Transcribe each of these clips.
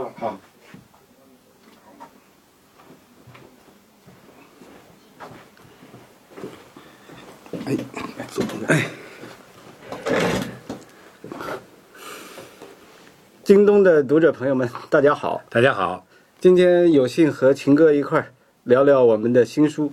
了好。哎，走哎。京东的读者朋友们，大家好！大家好，今天有幸和秦哥一块儿聊聊我们的新书。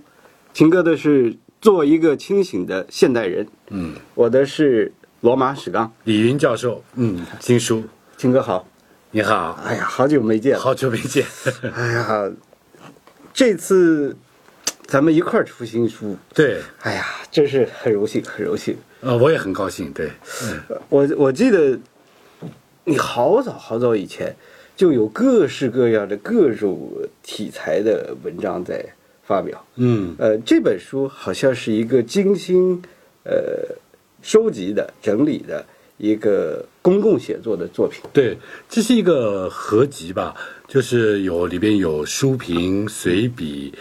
秦哥的是《做一个清醒的现代人》，嗯，我的是《罗马史纲李云教授，嗯，金叔，》。秦哥好！你好，哎呀，好久没见 了！好久没见，哎呀，这次咱们一块儿出新书，对，哎呀，真是很荣幸，很荣幸。呃，我也很高兴，对，我我记得你好早好早以前就有各式各样的各种题材的文章在发表。嗯，呃，这本书好像是一个精心呃收集的、整理的一个公共写作的作品。对，这是一个合集吧，就是有里边有书评、随笔，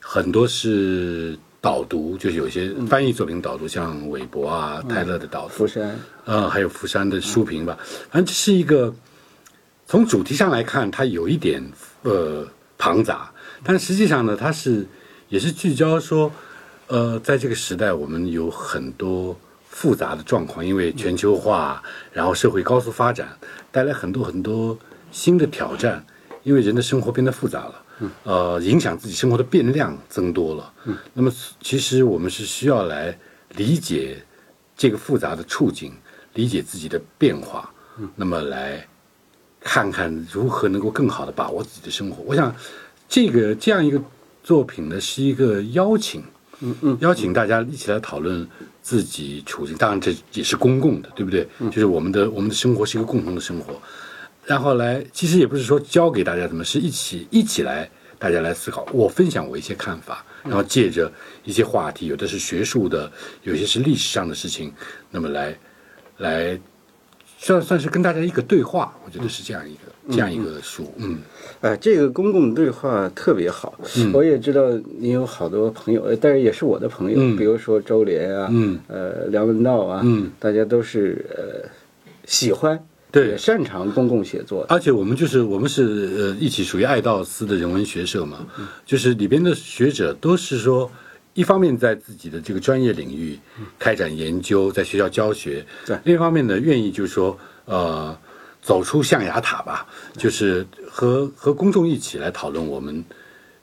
很多是导读，就是有些翻译作品导读，像韦伯啊、泰勒的导读，福山，呃，还有福山的书评吧。反正这是一个从主题上来看，它有一点呃庞杂，但实际上呢，它是也是聚焦说，呃，在这个时代，我们有很多复杂的状况，因为全球化，然后社会高速发展，带来很多很多新的挑战，因为人的生活变得复杂了。呃，影响自己生活的变量增多了。那么其实我们是需要来理解这个复杂的处境，理解自己的变化，那么来看看如何能够更好的把握自己的生活。我想，这个这样一个作品呢，是一个邀请，嗯嗯，邀请大家一起来讨论自己处境，当然这也是公共的，对不对？嗯就是我们的我们的生活是一个共同的生活，然后来，其实也不是说教给大家怎么，是一起一起来，大家来思考。我分享我一些看法，嗯然后借着一些话题，有的是学术的，有些是历史上的事情，那么来来算算是跟大家一个对话，我觉得是这样一个、这样一个书，嗯，哎、这个公共对话特别好。我也知道你有好多朋友，呃但是也是我的朋友，比如说周濂啊，嗯，呃，梁文道啊，嗯，大家都是呃喜欢，对也擅长公共写作的。而且我们就是我们是呃一起属于爱道斯的人文学社嘛，就是里边的学者都是说，一方面在自己的这个专业领域开展研究，在学校教学，对另一方面呢，愿意就是说呃走出象牙塔吧，就是和和公众一起来讨论我们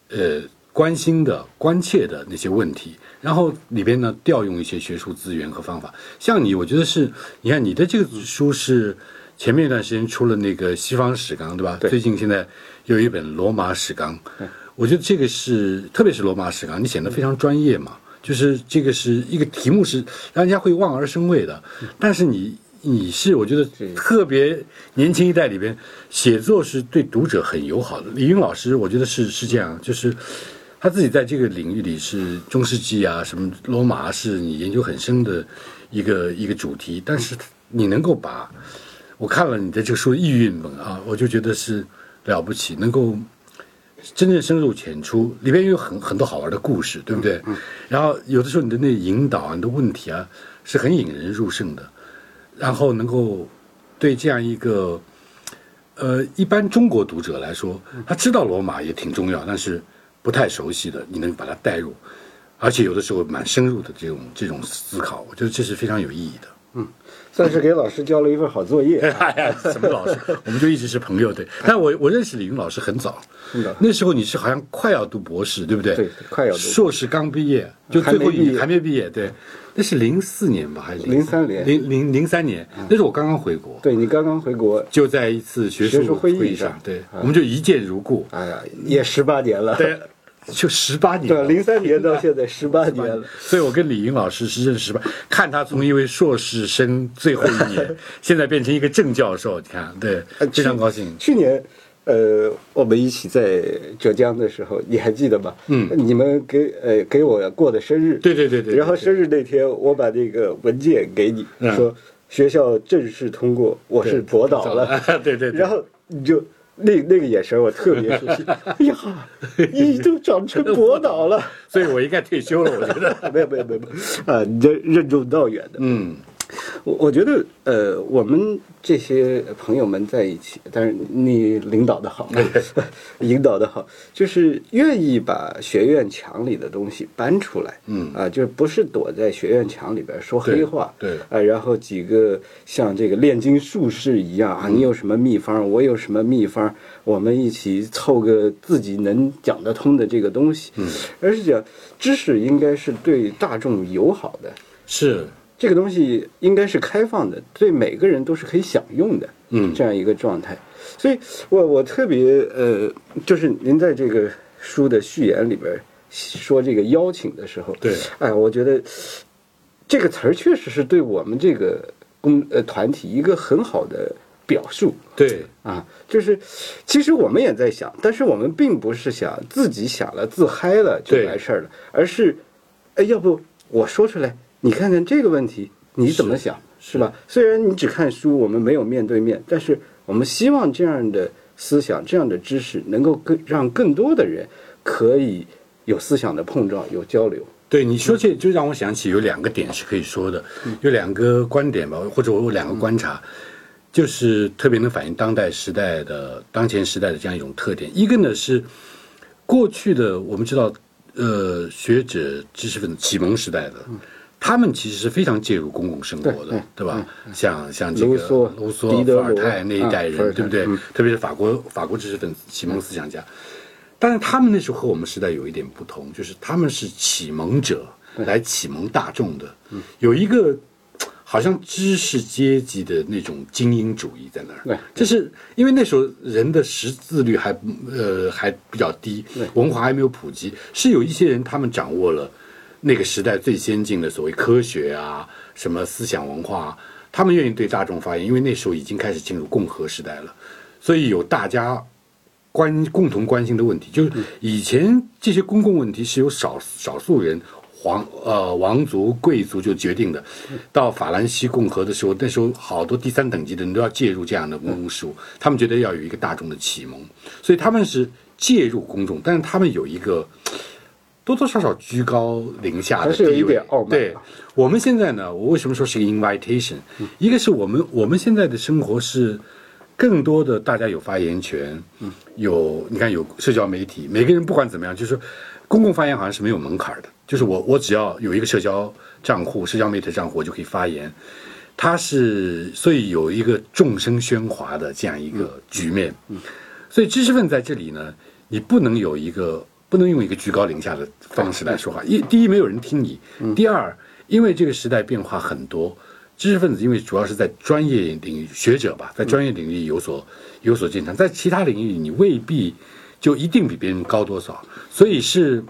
呃关心的、关切的那些问题，然后里边呢调用一些学术资源和方法。像你，我觉得是，你看你的这个书是前面一段时间出了那个《西方史纲》，对吧？对嗯最近现在有一本《罗马史纲》，我觉得这个是，特别是《罗马史纲》，你显得非常专业嘛。就是这个是一个题目是让人家会望而生畏的，但是你你是我觉得嗯是特别年轻一代里边，写作是对读者很友好的。李云老师，我觉得是是这样，就是他自己在这个领域里是中世纪啊，什么罗马是你研究很深的一个一个主题，但是你能够把我看了你的这个书的意蕴本啊，我就觉得是了不起，能够真正深入浅出，里边有很很多好玩的故事，对不对？然后有的时候你的那引导啊，你的问题啊，是很引人入胜的。然后能够对这样一个呃一般中国读者来说，他知道罗马也挺重要，但是不太熟悉的，你能把它带入，而且有的时候蛮深入的这种这种思考，我觉得这是非常有意义的。算是给老师交了一份好作业。哎呀，什么老师？我们就一直是朋友， 对。但我我认识李云老师很早，真的那时候你是好像快要读博士，对不对？对快要读硕士刚毕业，就还最没后毕一业还没毕业，对。那是零四年吧，还是03年嗯零零零三年，那是我刚刚回国，对你刚刚回国，就在一次学学术术会议议上啊对，我们就一见如故，哎呀，也十八年了。对，就十八年 对，了。零三年到现在十八年了。所以，我跟李云老师是认识吧？看他从一位硕士生最后一 年，现在变成一个正教授，你看，对，非常高兴。呃去年，呃，我们一起在浙江的时候，你还记得吗？嗯你们给呃给我过的生日。对对对对对然后生日那天，我把那个文件给你，嗯说学校正式通过，我是博导了。 对对对 然后你就。那那个眼神我特别熟 悉，哎呀，你都长成博导了， 所以我应该退休了，我觉得。没有没有没有，没有啊，你这任重道远的，嗯，我我觉得呃，我们这些朋友们在一起，但是你领导的好， 引导的好，就是愿意把学院墙里的东西搬出来，嗯啊、就是不是躲在学院墙里边说黑话，对对啊、然后几个像这个炼金术士一样嗯啊，你有什么秘方，我有什么秘方，我们一起凑个自己能讲得通的这个东西，嗯，而是讲知识应该是对大众友好的，是，这个东西应该是开放的，对每个人都是可以享用的，嗯这样一个状态。所以我我特别呃，就是您在这个书的序言里边说这个邀请的时候，对哎，我觉得这个词儿确实是对我们这个公呃团体一个很好的表述。对，啊，就是，其实我们也在想，但是我们并不是想自己想了自嗨了就对完事儿了，而是，哎，要不我说出来，你看看这个问题你怎么想，是吧？虽然你只看书，我们没有面对面，但是我们希望这样的思想、这样的知识，能够更让更多的人可以有思想的碰撞、有交流。对你说这就让我想起有两个点是可以说的，有两个观点吧，或者我有两个观察，就是特别能反映当代时代的当前时代的这样一种特点。一个呢是过去的我们知道，呃，学者、知识分子启蒙时代的，他们其实是非常介入公共生活嗯对嗯的，对吧？像像这卢个梭卢狄梭、德伏尔罗泰那一啊代伏尔人，对不泰嗯对？特别是法国法国知识分子、启蒙思想家。但是他们那时候和我们时代有一点不同，就是他们是启蒙者来启蒙大众的，嗯有一个嘖好像知识阶级的那种精英主义在那对儿。这是因为那时候人的识字率还呃还比较低，文化还没有普及，是有一些人他们掌握了那个时代最先进的所谓科学啊，什么思想文化、啊，他们愿意对大众发言，因为那时候已经开始进入共和时代了，所以有大家关共同关心的问题，就是嗯以前这些公共问题是由少少数人。皇呃王族贵族就决定的，嗯到法兰西共和的时候，那时候好多第三等级的人都要介入这样的公共事务，他们觉得要有一个大众的启蒙，所以他们是介入公众，但是他们有一个多多少少居高临下还的是地有位，一点傲慢对吧，我们现在呢，我为什么说是个 invitation？、一嗯个是我们我们现在的生活是更多的大家有发言权，有你看有社交媒体，每个人不管怎么样，就是说公共发言好像是没有门槛的，就是我我只要有一个社交账户、社交媒体账户，我就可以发言。它是所以有一个众生喧哗的这样一个局面，所以知识分子在这里呢，你不能有一个不能用一个居高临下的方式来说话。一，第一没有人听你；第二，因为这个时代变化很多，知识分子因为主要是在专业领域学者吧，在专业领域有所有所进展，在其他领域你未必就一定比别人高多少，所以是。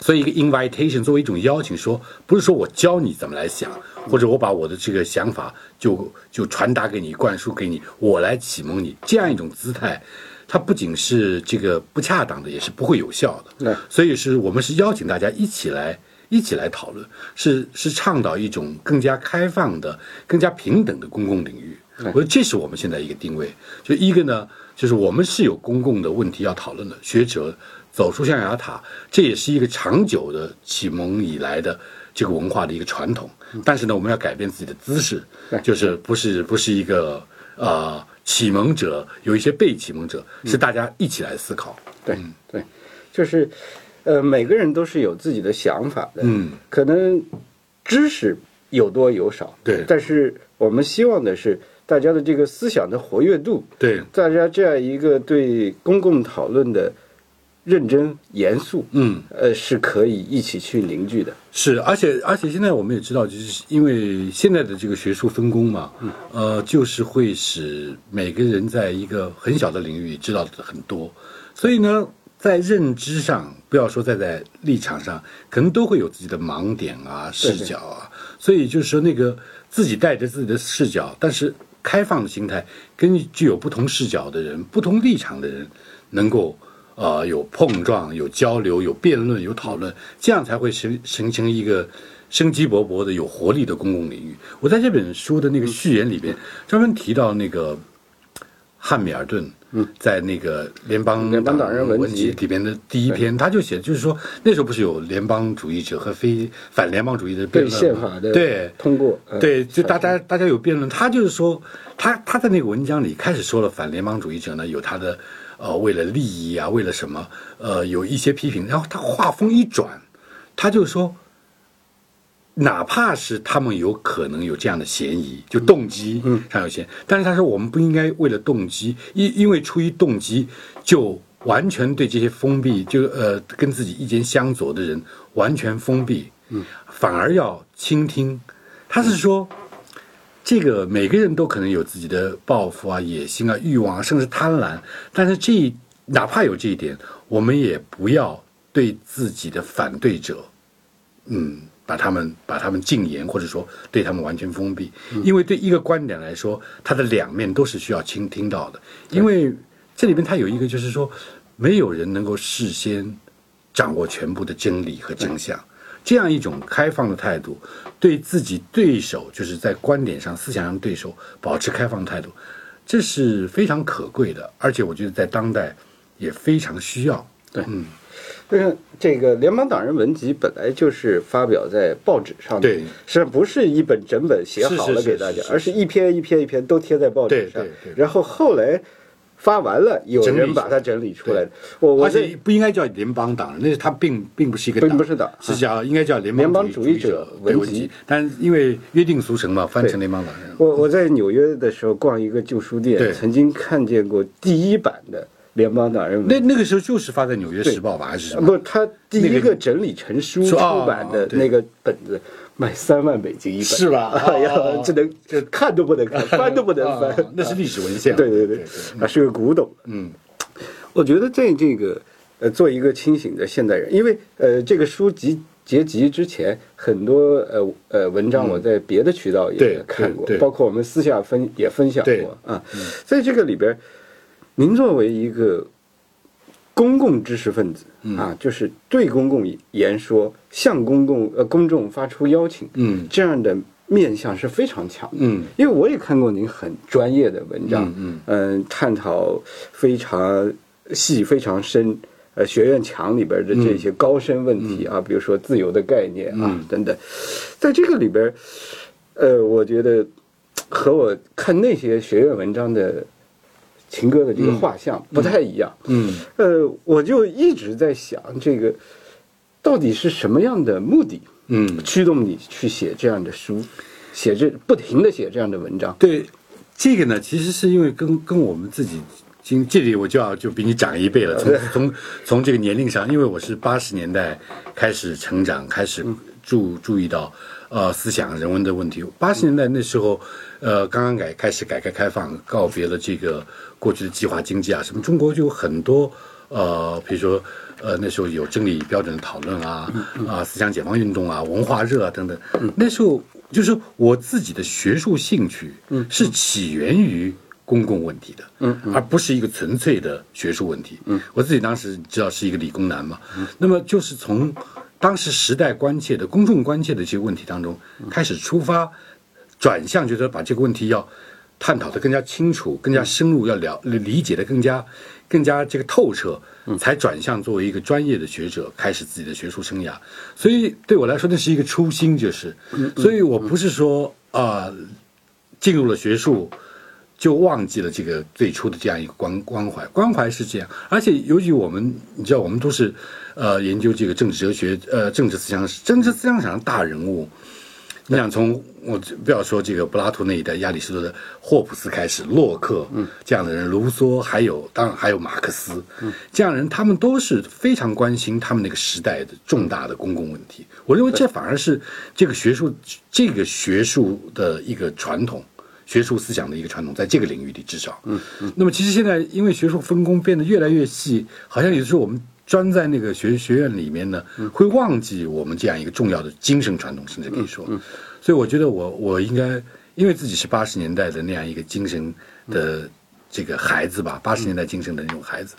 所以，一个 invitation 作为一种邀请说，不是说我教你怎么来想，或者我把我的这个想法就就传达给你、灌输给你，我来启蒙你，这样一种姿态，它不仅是这个不恰当的，也是不会有效对的。所以是我们是邀请大家一起来一起来讨论，是是倡导一种更加开放的、更加平等的公共领域。我觉得这是我们现在一个定位。就一个呢，就是我们是有公共的问题要讨论的，学者走出象牙塔，这也是一个长久的启蒙以来的这个文化的一个传统。但是呢，我们要改变自己的姿势，就是不是不是一个呃启蒙者，有一些被启蒙者，是大家一起来思考。对嗯对，就是，呃，每个人都是有自己的想法的，嗯，可能知识有多有少，对但是我们希望的是大家的这个思想的活跃度，对，大家这样一个对公共讨论的认真严肃，嗯。呃，是可以一起去凝聚的，是，而且而且现在我们也知道，就是因为现在的这个学术分工嘛，呃，就是会使每个人在一个很小的领域知道的很多，所以呢，在认知上，不要说再在立场上，可能都会有自己的盲点啊、视角啊，所以就是说那个自己带着自己的视角，但是开放的心态，跟具有不同视角的人、不同立场的人，能够。呃，有碰撞、有交流、有辩论、有讨论，这样才会形形成一个生机勃勃的、有活力的公共领域。嗯我在这本书的那个序言里边专门提到那个汉密尔顿，在那个联邦嗯联邦党人文文集里边的第一篇，他就写，就是说那时候不是有联邦主义者和非反联邦主义的辩对论吗宪法的对通过，呃对，就大家大家有辩论，他就是说，他他在那个文章里开始说了反联邦主义者呢有他的呃为了利益啊，为了什么呃有一些批评，然后他话锋一转，他就说，哪怕是他们有可能有这样的嫌疑，就动机上有嫌疑，但是他说我们不应该为了动机，因因为出于动机就完全对这些封闭就呃跟自己意见相左的人完全封闭，嗯，反而要倾听。他是说，这个每个人都可能有自己的抱负啊、野心啊、欲望啊，甚至贪婪。但是这一哪怕有这一点，我们也不要对自己的反对者，嗯，把他们把他们禁言，或者说对他们完全封闭。因为对一个观点来说，它的两面都是需要倾听到的。因为这里边它有一个就是说，没有人能够事先掌握全部的真理和真相。这样一种开放的态度，对自己对手，就是在观点上、思想上对手保持开放态度，这是非常可贵的，而且我觉得在当代也非常需要。就是这个联邦党人文集本来就是发表在报纸上的，对实际上不是一本整本写好了是是是给大家，是是而是一篇一篇一篇都贴在报纸上，对对对然后后来发完了，有整理人出来把它整理出来。我我而在且不应该叫联邦党，那是它并并不是一个并党，不是党嗯是叫应该叫联联邦邦主主义义者对文文集集，但因为约定俗成嘛，翻成联邦党人。我我在纽约的时候逛一个旧书店，对曾经看见过第一版的联邦党人文那集。那个时候就是发在《纽约时报》吧，还是什啊么？不，他第一那个个整理成书出说哦版的哦对那个本子，卖三万美金一本，是吧 哎呀哦哦，哦这能这看都不 能看，翻都不能啊翻，那是历史文献。对对对，啊，是个古董。嗯，我觉得在这个呃，做一个清醒的现代人，因为呃，这个书籍结集之前，很多呃呃文章我在别的渠道也对看过，对对包括我们私下分也分享对嗯过啊。在这个里边，您作为一个公共知识分子、嗯啊，就是对公共言说，向公共呃公众发出邀请，嗯这样的面向是非常强的。嗯因为我也看过您很专业的文章，嗯嗯、探讨非常细、非常深，呃，学院墙里边的这些高深问题嗯啊，比如说自由的概念啊、等等，在这个里边，呃，我觉得和我看那些学院文章的情歌的这个画像不太一样，嗯呃，我就一直在想这个到底是什么样的目的，嗯，驱动你去写这样的书，写这不停的写这样的文章。 对，这个呢，其实是因为跟跟我们自己经这里我就要就比你长一辈了，从从从这个年龄上，因为我是八十年代开始成长，开始注注意到呃思想人文的问题。八十年代那时候，呃，刚刚改开始改革开放，告别了这个过去的计划经济啊，什么中国就有很多。呃，比如说，呃，那时候有真理标准的讨论啊，啊、思想解放运动啊，文化热啊等等。那时候就是我自己的学术兴趣，嗯，是起源于公共问题的，嗯，而不是一个纯粹的学术问题。嗯，我自己当时知道是一个理工男嘛，那么就是从当时时代关切的、公众关切的这些问题当中开始出发，转向觉得把这个问题要探讨的更加清楚、更加深入，要了理解的更加更加这个透彻，才转向作为一个专业的学者开始自己的学术生涯。所以对我来说，那是一个初心，就是，所以我不是说啊、进入了学术。就忘记了这个最初的这样一个关关怀，关怀是这样，而且尤其我们，你知道，我们都是，呃，研究这个政治哲学，呃，政治思想史，政治思想史上大人物，你想从我不要说这个柏拉图那一代，亚里士多德、霍普斯开始，洛克，嗯，这样的人，卢梭，还有当然还有马克思，嗯，这样的人，他们都是非常关心他们那个时代的重大的公共问题。我认为这反而是这个学术这个学术的一个传统。学术思想的一个传统，在这个领域里至少，嗯嗯。那么其实现在因为学术分工变得越来越细，好像有的时候我们钻在那个学学院里面呢，嗯会忘记我们这样一个重要的精神传统，甚至可以嗯说，所以我觉得我我应该，因为自己是八十年代的那样一个精神的这个孩子嗯吧，八十年代精神的那种孩子，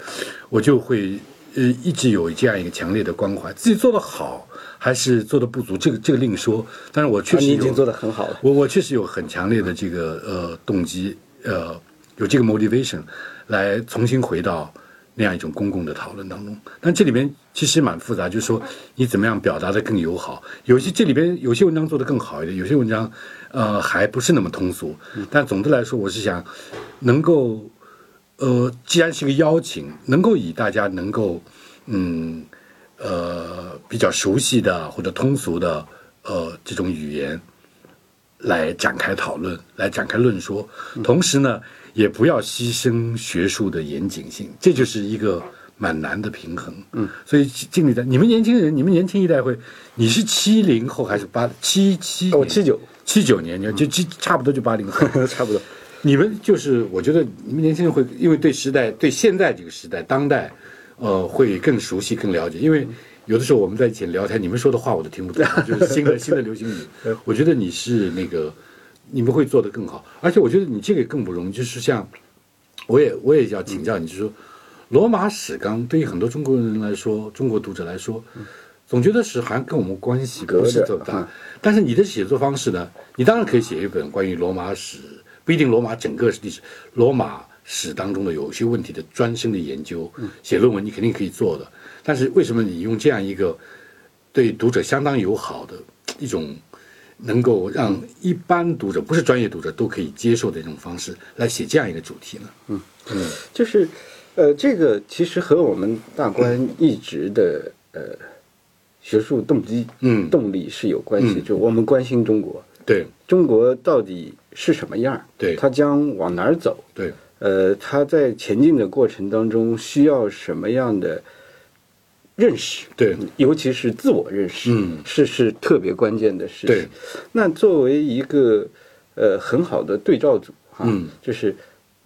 我就会呃一直有这样一个强烈的关怀，自己做得好还是做得不足，这个这个另说。但是我确啊实你已有经做得很好了我我确实有很强烈的这个呃动机，呃，有这个 motivation，来重新回到那样一种公共的讨论当中。但这里面其实蛮复杂，就是说你怎么样表达的更友好。有些这里边有些文章做得更好一点，有些文章呃还不是那么通俗。但总的来说，我是想能够呃，既然是个邀请，能够以大家能够嗯呃比较熟悉的或者通俗的呃这种语言。来展开讨论，来展开论说，同时呢，也不要牺牲学术的严谨性，这就是一个蛮难的平衡。嗯，所以尽力在你们年轻人，你们年轻一代会，你是七零后还是八七七？我七九七九年，你就七差不多就八零后，差不多。你们就是，我觉得你们年轻人会，因为对时代，对现在这个时代，当代，呃，会更熟悉、更了解。因为有的时候我们在一起聊天，你们说的话我都听不懂，就是新的新的流行语。我觉得你是那个，你们会做得更好。而且我觉得你这个更不容易，就是像，我也我也要请教嗯你，就是说，罗马史纲对于很多中国人来说，中国读者来说，总觉得史好像跟我们关系不是嗯隔着这么大嗯。但是你的写作方式呢，你当然可以写一本关于罗马史，不一定罗马整个历史，罗马史当中的有些问题的专深的研究，嗯写论文你肯定可以做的。但是为什么你用这样一个对读者相当友好的一种，能够让一般读者不是专业读者都可以接受的一种方式来写这样一个主题呢？就是，呃，这个其实和我们大观一直的呃学术动机、嗯动力是有关系。就我们关心中国，对中国到底是什么样儿？对它将往哪儿走？对，呃，它在前进的过程当中需要什么样的认识？对，尤其是自我认识，嗯是是特别关键的事对情。那作为一个呃很好的对照组啊，嗯就是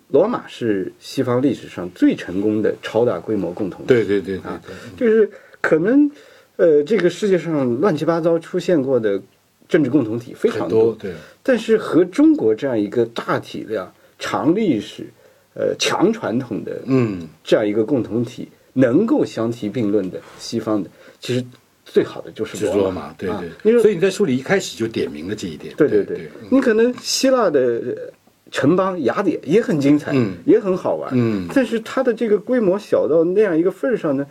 罗马是西方历史上最成功的超大规模共同体，对对对对啊，就是可能呃这个世界上乱七八糟出现过的政治共同体非对，常很多对但是和中国这样一个大体量、长历史、呃强传统的嗯。这样一个共同体，能够相提并论的西方的，其实最好的就是就是罗罗马，马，对啊对，因所为以你在书里一开始就点明了这一点，对对对对嗯对，，你可能希腊的呃城邦雅典也很精彩，嗯也很好玩，嗯但是它的这个规模小到那样一个份儿上呢，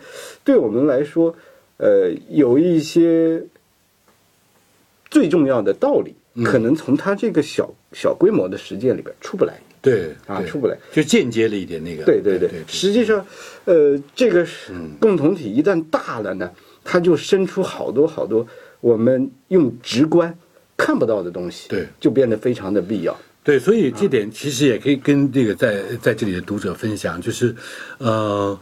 对我们来说，呃，有一些最重要的道理，嗯可能从它这个小小规模的实践里边出不来。对啊对出不来，就间接了一点那个，对对对对，嗯实际上，呃，这个是共同体一旦大了呢，它就生出好多好多我们用直观看不到的东西，对就变得非常的必要。对，所以这点其实也可以跟这个在在这里的读者分享，就是，呃，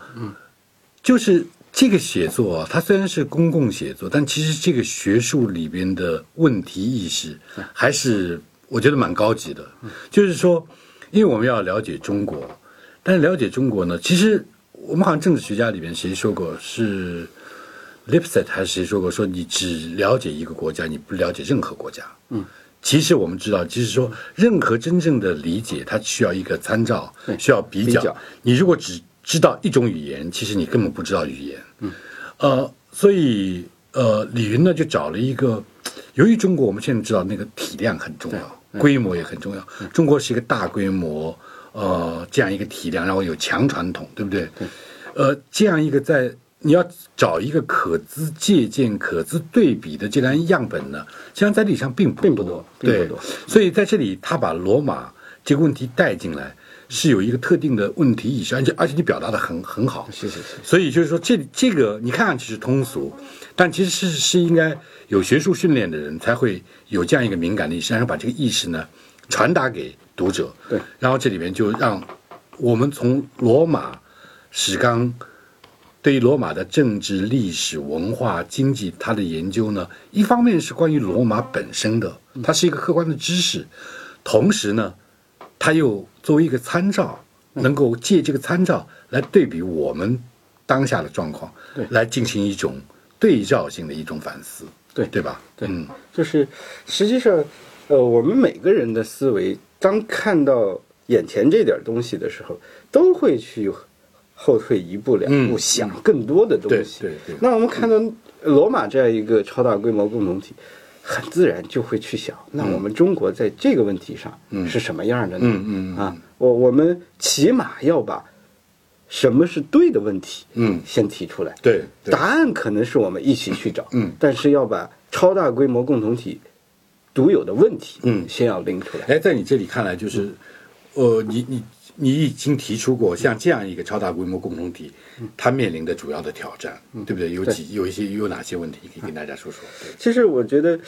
就是这个写作啊，它虽然是公共写作，但其实这个学术里边的问题意识还是我觉得蛮高级的。就是说，因为我们要了解中国，但是了解中国呢，其实我们好像政治学家里边谁说过是 Lipset 还是谁说过，说你只了解一个国家，你不了解任何国家。嗯，其实我们知道，其实说任何真正的理解，它需要一个参照，需要比较。比较你如果只知道一种语言，其实你根本不知道语言。嗯，呃，所以呃，李云呢就找了一个，由于中国我们现在知道那个体量很重嗯要，规模也很重要，中国是一个大规模呃这样一个体量，然后有强传统，对不对？呃，这样一个在你要找一个可资借鉴、可资对比的这样样本呢，实际上在历史上并不并不多并不对多所以在这里，他把罗马这个问题带进来，是有一个特定的问题意识，而且而且你表达的很很好。谢谢，谢所以就是说这，这个你看上去是通俗，但其实是是应该有学术训练的人才会有这样一个敏感的意识，然后把这个意识呢传达给读者。对，然后这里面就让我们从罗马史纲对于罗马的政治、历史、文化、经济，它的研究呢，一方面是关于罗马本身的，它是一个客观的知识，同时呢，它又作为一个参照，能够借这个参照来对比我们当下的状况，来进行一种对照性的一种反思，对对吧？对嗯，就是实际上，呃，我们每个人的思维，当看到眼前这点东西的时候，都会去后退一步、两步，嗯想更多的东西。对对对那我们看到罗马这样一个超大规模共同体，很自然就会去想，那嗯我们中国在这个问题上是什么样的呢？嗯嗯嗯啊，我我们起码要把什么是对的问题，嗯，先提出来。对，对答案可能是我们一起去找，嗯但是要把超大规模共同体独有的问题，嗯先要拎出来。哎，在你这里看来，就是，呃，你你你已经提出过像这样一个超大规模共同体，它面临的主要的挑战，对不对？有几有一些有哪些问题，你可以跟大家说说。其实我觉得，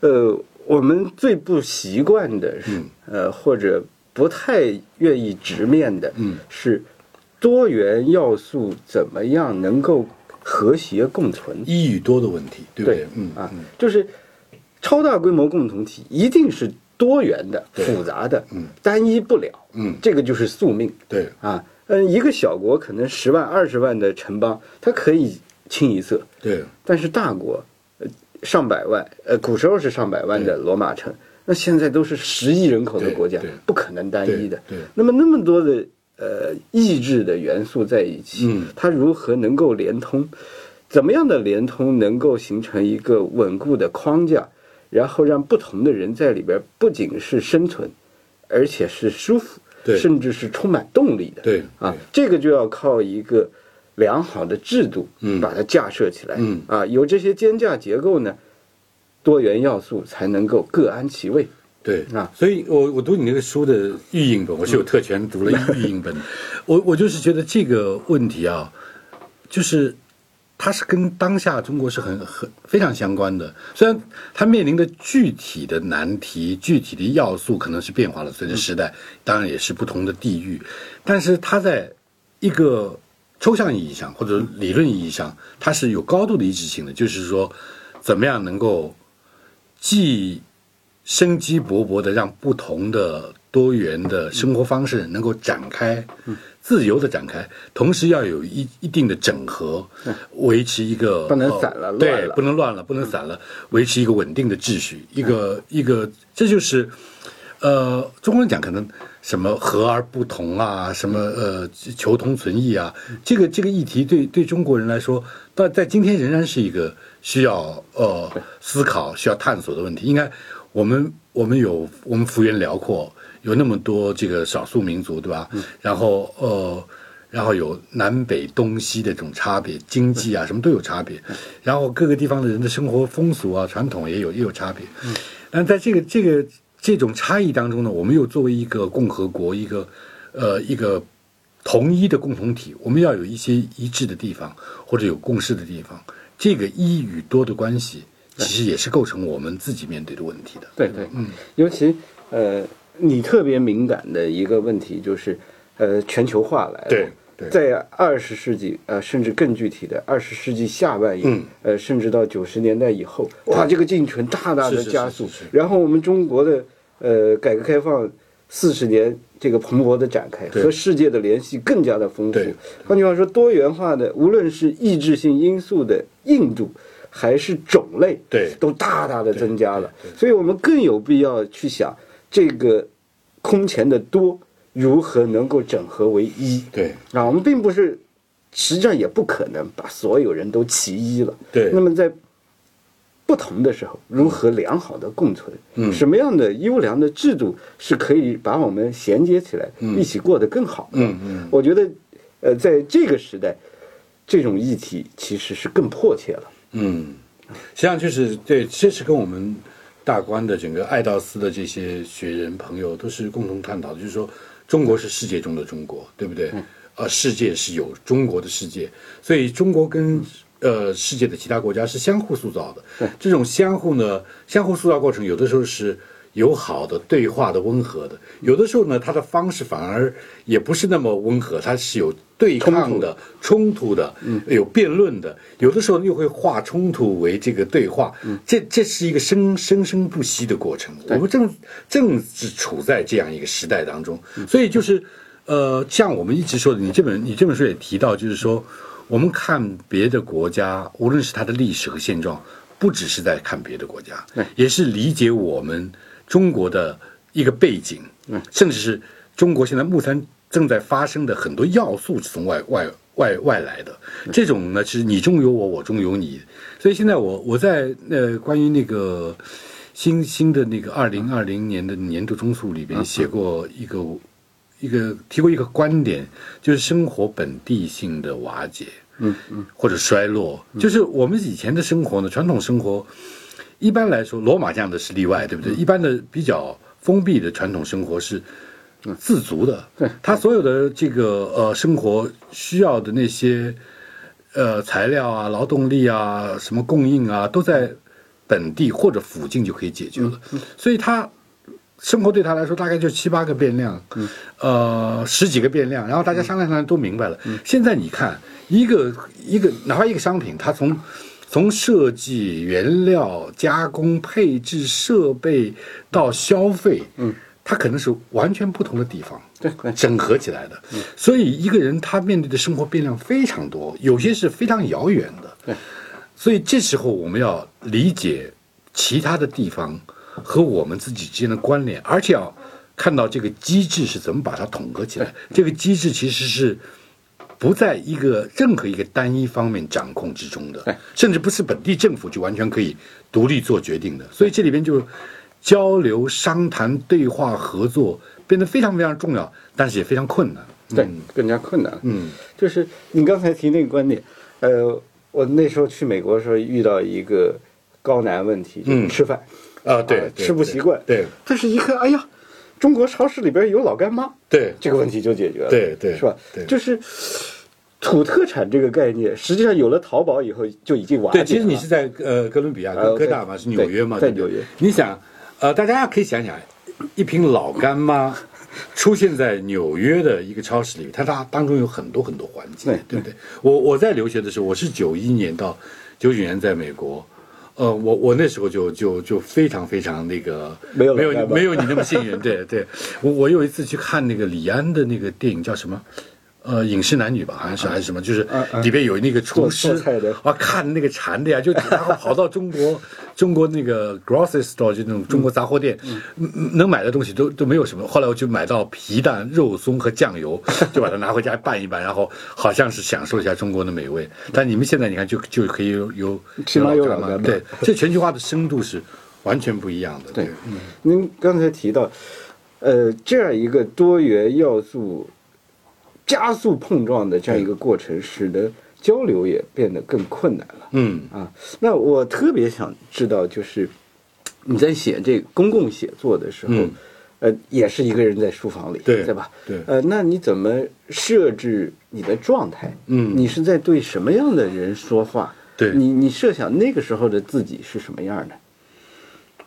呃，我们最不习惯的嗯是，呃，或者不太愿意直面的，嗯是多元要素怎么样能够和谐共存？一与多的问题，对不对嗯啊，就是超大规模共同体一定是多元的、对复杂的，嗯单一不了，嗯这个就是宿命对啊。嗯，一个小国可能十万、二十万的城邦，它可以清一色，对但是大国，呃，上百万，呃，古时候是上百万的罗马城，那现在都是十亿人口的对国家对，不可能单一的。对对那么那么多的呃意志的元素在一起，嗯它如何能够连通？怎么样的连通能够形成一个稳固的框架，然后让不同的人在里边不仅是生存，而且是舒服，对甚至是充满动力的。对啊，这个就要靠一个良好的制度，嗯把它架设起来，嗯啊，有这些间架结构呢，多元要素才能够各安其位。对啊所以我我读你那个书的预印本，我是有特权读了预印本，我我就是觉得这个问题啊，就是它是跟当下中国是很很非常相关的，虽然它面临的具体的难题、具体的要素可能是变化了，随着时代，当然也是不同的地域，但是它在一个抽象意义上或者理论意义上，它是有高度的一致性的，就是说，怎么样能够既生机勃勃的让不同的多元的生活方式能够展开，嗯自由的展开，同时要有一一定的整合，维持一个嗯不能呃散了嗯对乱了不能乱了，不能散了，维持一个稳定的秩序，一个一个，这就是。呃，中国人讲可能什么和而不同啊，什么呃求同存异啊，这个这个议题对对中国人来说，但在今天仍然是一个需要呃思考、需要探索的问题。应该我们我们有我们幅员辽阔，有那么多这个少数民族，对吧？然后呃。然后有南北东西的这种差别，经济啊什么都有差别，然后各个地方的人的生活风俗啊、传统也有也有差别。但在这个这个这种差异当中呢，我们又作为一个共和国，一个呃一个同一的共同体，我们要有一些一致的地方，或者有共识的地方。这个一与多的关系，其实也是构成我们自己面对的问题的。对对，嗯，尤其呃，你特别敏感的一个问题就是，呃，全球化来了。对对在二十世纪，呃，甚至更具体的二十世纪下半叶，嗯呃，甚至到九十年代以后，哇，这个进程大大的是是加速。是是是然后我们中国的呃改革开放四十年这个蓬勃的展开，对和世界的联系更加的丰富对。换句话说，多元化的无论是抑制性因素的硬度，还是种类，对都大大的增加了。所以我们更有必要去想这个空前的多如何能够整合为一。对啊，我们并不是，实际上也不可能把所有人都齐一了。对那么在不同的时候，如何良好的共存？嗯，什么样的优良的制度是可以把我们衔接起来，一起过得更好的？嗯嗯，我觉得，呃，在这个时代，这种议题其实是更迫切了。嗯，实际上就是对，这是跟我们大观的整个爱道斯的这些学人朋友都是共同探讨的，就是说中国是世界中的中国，对不对？呃，世界是有中国的世界，所以中国跟呃世界的其他国家是相互塑造的。这种相互呢，相互塑造过程，有的时候是。友好的、对话的、温和的，有的时候呢，它的方式反而也不是那么温和，它是有对抗的、冲突的、有辩论的，有的时候又会化冲突为这个对话，这这是一个生生生不息的过程。我们正正是处在这样一个时代当中，所以就是呃，像我们一直说的，你这本你这本书也提到，就是说我们看别的国家，无论是它的历史和现状，不只是在看别的国家，也是理解我们中国的一个背景，甚至是中国现在目前正在发生的很多要素是从外外外外来的。这种呢，是你中有我，我中有你。所以现在我我在呃，关于那个嗯新新的那个二零二零年的年度综述里边写过一个一个提过一个观点，就是生活本地性的瓦解，嗯嗯，或者衰落，就是我们以前的生活呢，传统生活，一般来说，罗马这样的是例外，对不对？一般的比较封闭的传统生活是自足的，对他所有的这个呃生活需要的那些呃材料啊、劳动力啊、什么供应啊，都在本地或者附近就可以解决了，所以他生活对他来说大概就七八个变量，呃，十几个变量，然后大家商量商量都明白了。现在你看，一个一个哪怕一个商品，它从从设计、原料、加工、配置、设备到消费，嗯，它可能是完全不同的地方。对对整合起来的。所以一个人他面对的生活变量非常多，有些是非常遥远的。对，所以这时候我们要理解其他的地方和我们自己之间的关联，而且要看到这个机制是怎么把它统合起来。这个机制其实是。不在一个任何一个单一方面掌控之中对的，甚至不是本地政府就完全可以独立做决定的。所以这里边就交流、商谈、对话、合作变得非常非常重要，但是也非常困难。对，更加困难。嗯，就是你刚才提那个观点，呃，我那时候去美国的时候遇到一个高难问题，就是嗯吃饭，啊，啊吃不习惯，对但是一看，哎呀，中国超市里边有老干妈，对这个问题就解决了，对对是吧？对就是土特产这个概念，实际上有了淘宝以后就已经瓦对，解了。啊其实你是在呃哥伦比亚呃跟哥大嘛，在是纽约嘛，对对不对在纽约。你想，呃，大家可以想想，一瓶老干妈出现在纽约的一个超市里面，它它当中有很多很多环节对，对不对？我我在留学的时候，我是九一年到九九年在美国。呃，我我那时候就就就非常非常那个，没有老没有干你妈没有你那么幸运，对对。我我有一次去看那个李安的那个电影叫什么，呃，饮食男女吧，好像是啊还是什么，就是里边有那个厨师做做菜的啊，看那个馋的呀，就然后跑到中国中国那个 grocery store 就那种中国杂货店，嗯能买的东西都都没有什么。后来我就买到皮蛋、肉松和酱油， 就把它拿回家拌一拌，然后好像是享受一下中国的美味。但你们现在你看就就可以有有起码有老干老干妈对，这全球化的深度是完全不一样的。对，您刚才提到，呃，这样一个多元要素加速碰撞的这样一个过程，使得交流也变得更困难了嗯。啊。那我特别想知道，就是你在写这公共写作的时候，嗯呃，也是一个人在书房里，对对吧？对呃，那你怎么设置你的状态？嗯你是在对什么样的人说话？对你，你设想那个时候的自己是什么样的？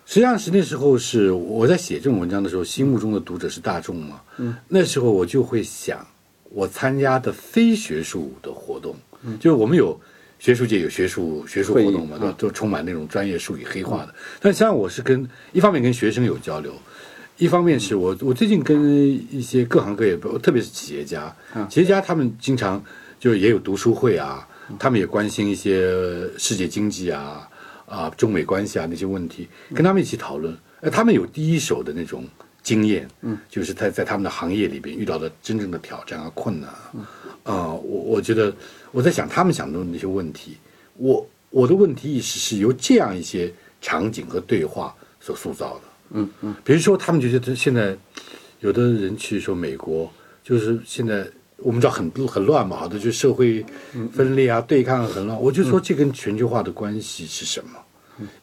实际上是那时候是我在写这种文章的时候，心目中的读者是大众嘛。嗯，那时候我就会想，我参加的非学术的活动，就是我们有学术界有学术学术嗯会议嗯活动嘛，都都充满那种专业术语黑化的。但实际上我是跟一方面跟学生有交流，一方面是我我最近跟一些各行各业，特别是企业家，企业家他们经常就也有读书会啊，他们也关心一些世界经济啊。啊中美关系啊那些问题，跟他们一起讨论。呃，他们有第一手的那种经验，嗯，就是在在他们的行业里边遇到的真正的挑战啊、困难啊。啊，我我觉得我在想他们想的那些问题，我我的问题意识是由这样一些场景和对话所塑造的。嗯嗯，比如说，他们就觉得现在有的人去说美国，就是现在我们知道很很乱嘛，好多就是社会分裂啊、对抗很乱。我就说这跟全球化的关系是什么？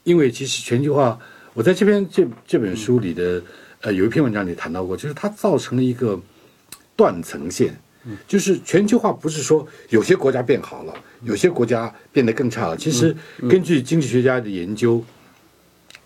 因为其实全球化，我在这篇这这本书里的呃有一篇文章里谈到过，就是它造成了一个断层线。就是全球化不是说有些国家变好了，有些国家变得更差了。其实根据经济学家的研究，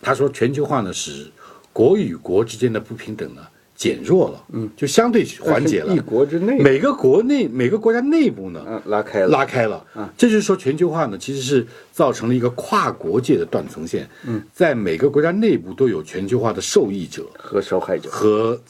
他说全球化呢使国与国之间的不平等呢减弱了，嗯，就相对缓解了一。国之内每个国内每个国家内部呢，嗯，拉开了，拉开了。嗯这就是说全球化呢，其实是造成了一个跨国界的断层线。嗯，在每个国家内部都有全球化的受益者和受害者。和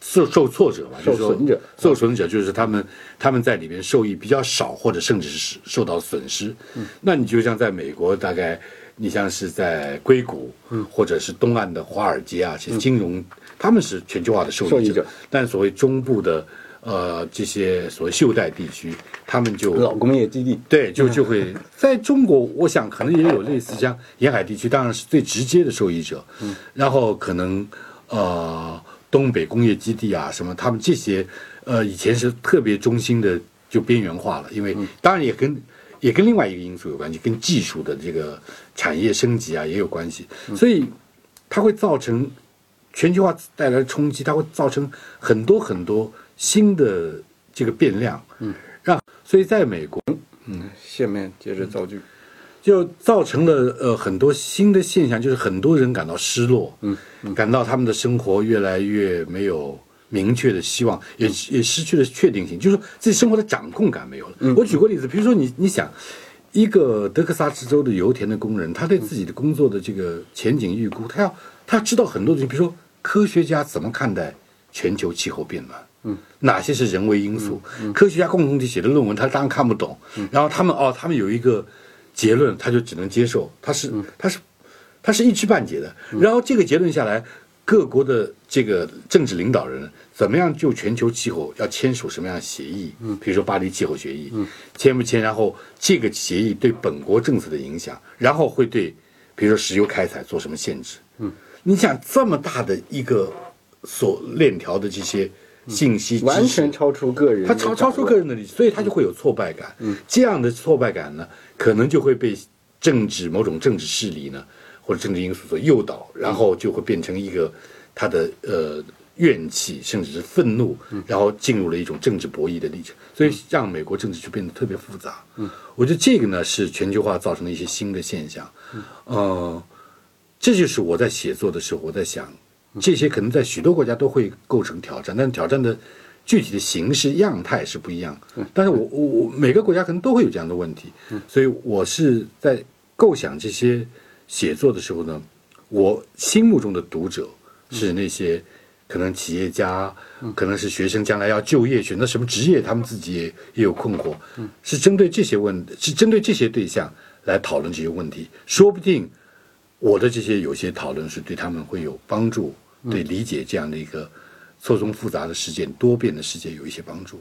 受受挫者吧，就是说受损者受损者就是他们他们在里面受益比较少，或者甚至是受到损失。嗯那你就像在美国，大概你像是在硅谷，嗯或者是东岸的华尔街啊，其实金融、他们是全球化的受益受益者但所谓中部的。呃，这些所谓袖带地区，他们就老工业基地，对，就就会在中国，我想可能也有类似像沿海地区，当然是最直接的受益者。嗯，然后可能呃，东北工业基地啊什么，他们这些呃以前是特别中心的，就边缘化了，因为当然也跟。也跟另外一个因素有关系，跟技术的这个产业升级啊也有关系，所以它会造成全球化带来的冲击，它会造成很多很多新的这个变量，嗯，让所以在美国嗯下面接着造句。就造成了呃很多新的现象，就是很多人感到失落，嗯，感到他们的生活越来越没有明确的希望，也也失去了确定性，就是说自己生活的掌控感没有了。我举个例子，比如说你你想。一个德克萨斯州的油田的工人，他对自己的工作的这个前景预估，他要他要知道很多东西，比如说科学家怎么看待全球气候变暖，嗯，哪些是人为因素？科学家共同体写的论文，他当然看不懂。然后他们哦，他们有一个结论，他就只能接受，他是、他是他是一知半解的。然后这个结论下来，各国的这个政治领导人怎么样就全球气候要签署什么样的协议？嗯，比如说巴黎气候协议，嗯，签不签？然后这个协议对本国政策的影响，然后会对比如说石油开采做什么限制？嗯，你想这么大的一个所链条的这些信息，知识完全超出个人的他掌超握，超出个人的理解，所以他就会有挫败感。嗯，这样的挫败感呢，可能就会被政治某种政治势力呢，或者政治因素所诱导，然后就会变成一个他的呃怨气，甚至是愤怒，嗯然后进入了一种政治博弈的历程，所以让美国政治就变得特别复杂。嗯，我觉得这个呢是全球化造成的一些新的现象。嗯，呃，这就是我在写作的时候，我在想，这些可能在许多国家都会构成挑战，但挑战的具体的形式样态是不一样。但是我我我每个国家可能都会有这样的问题，所以我是在构想这些写作的时候呢，我心目中的读者是那些。可能企业家，可能是学生，将来要就业，选择什么职业，他们自己也也有困惑。是针对这些问，是针对这些对象来讨论这些问题。说不定我的这些有些讨论是对他们会有帮助，对理解这样的一个错综复杂的事件、多变的世界有一些帮助。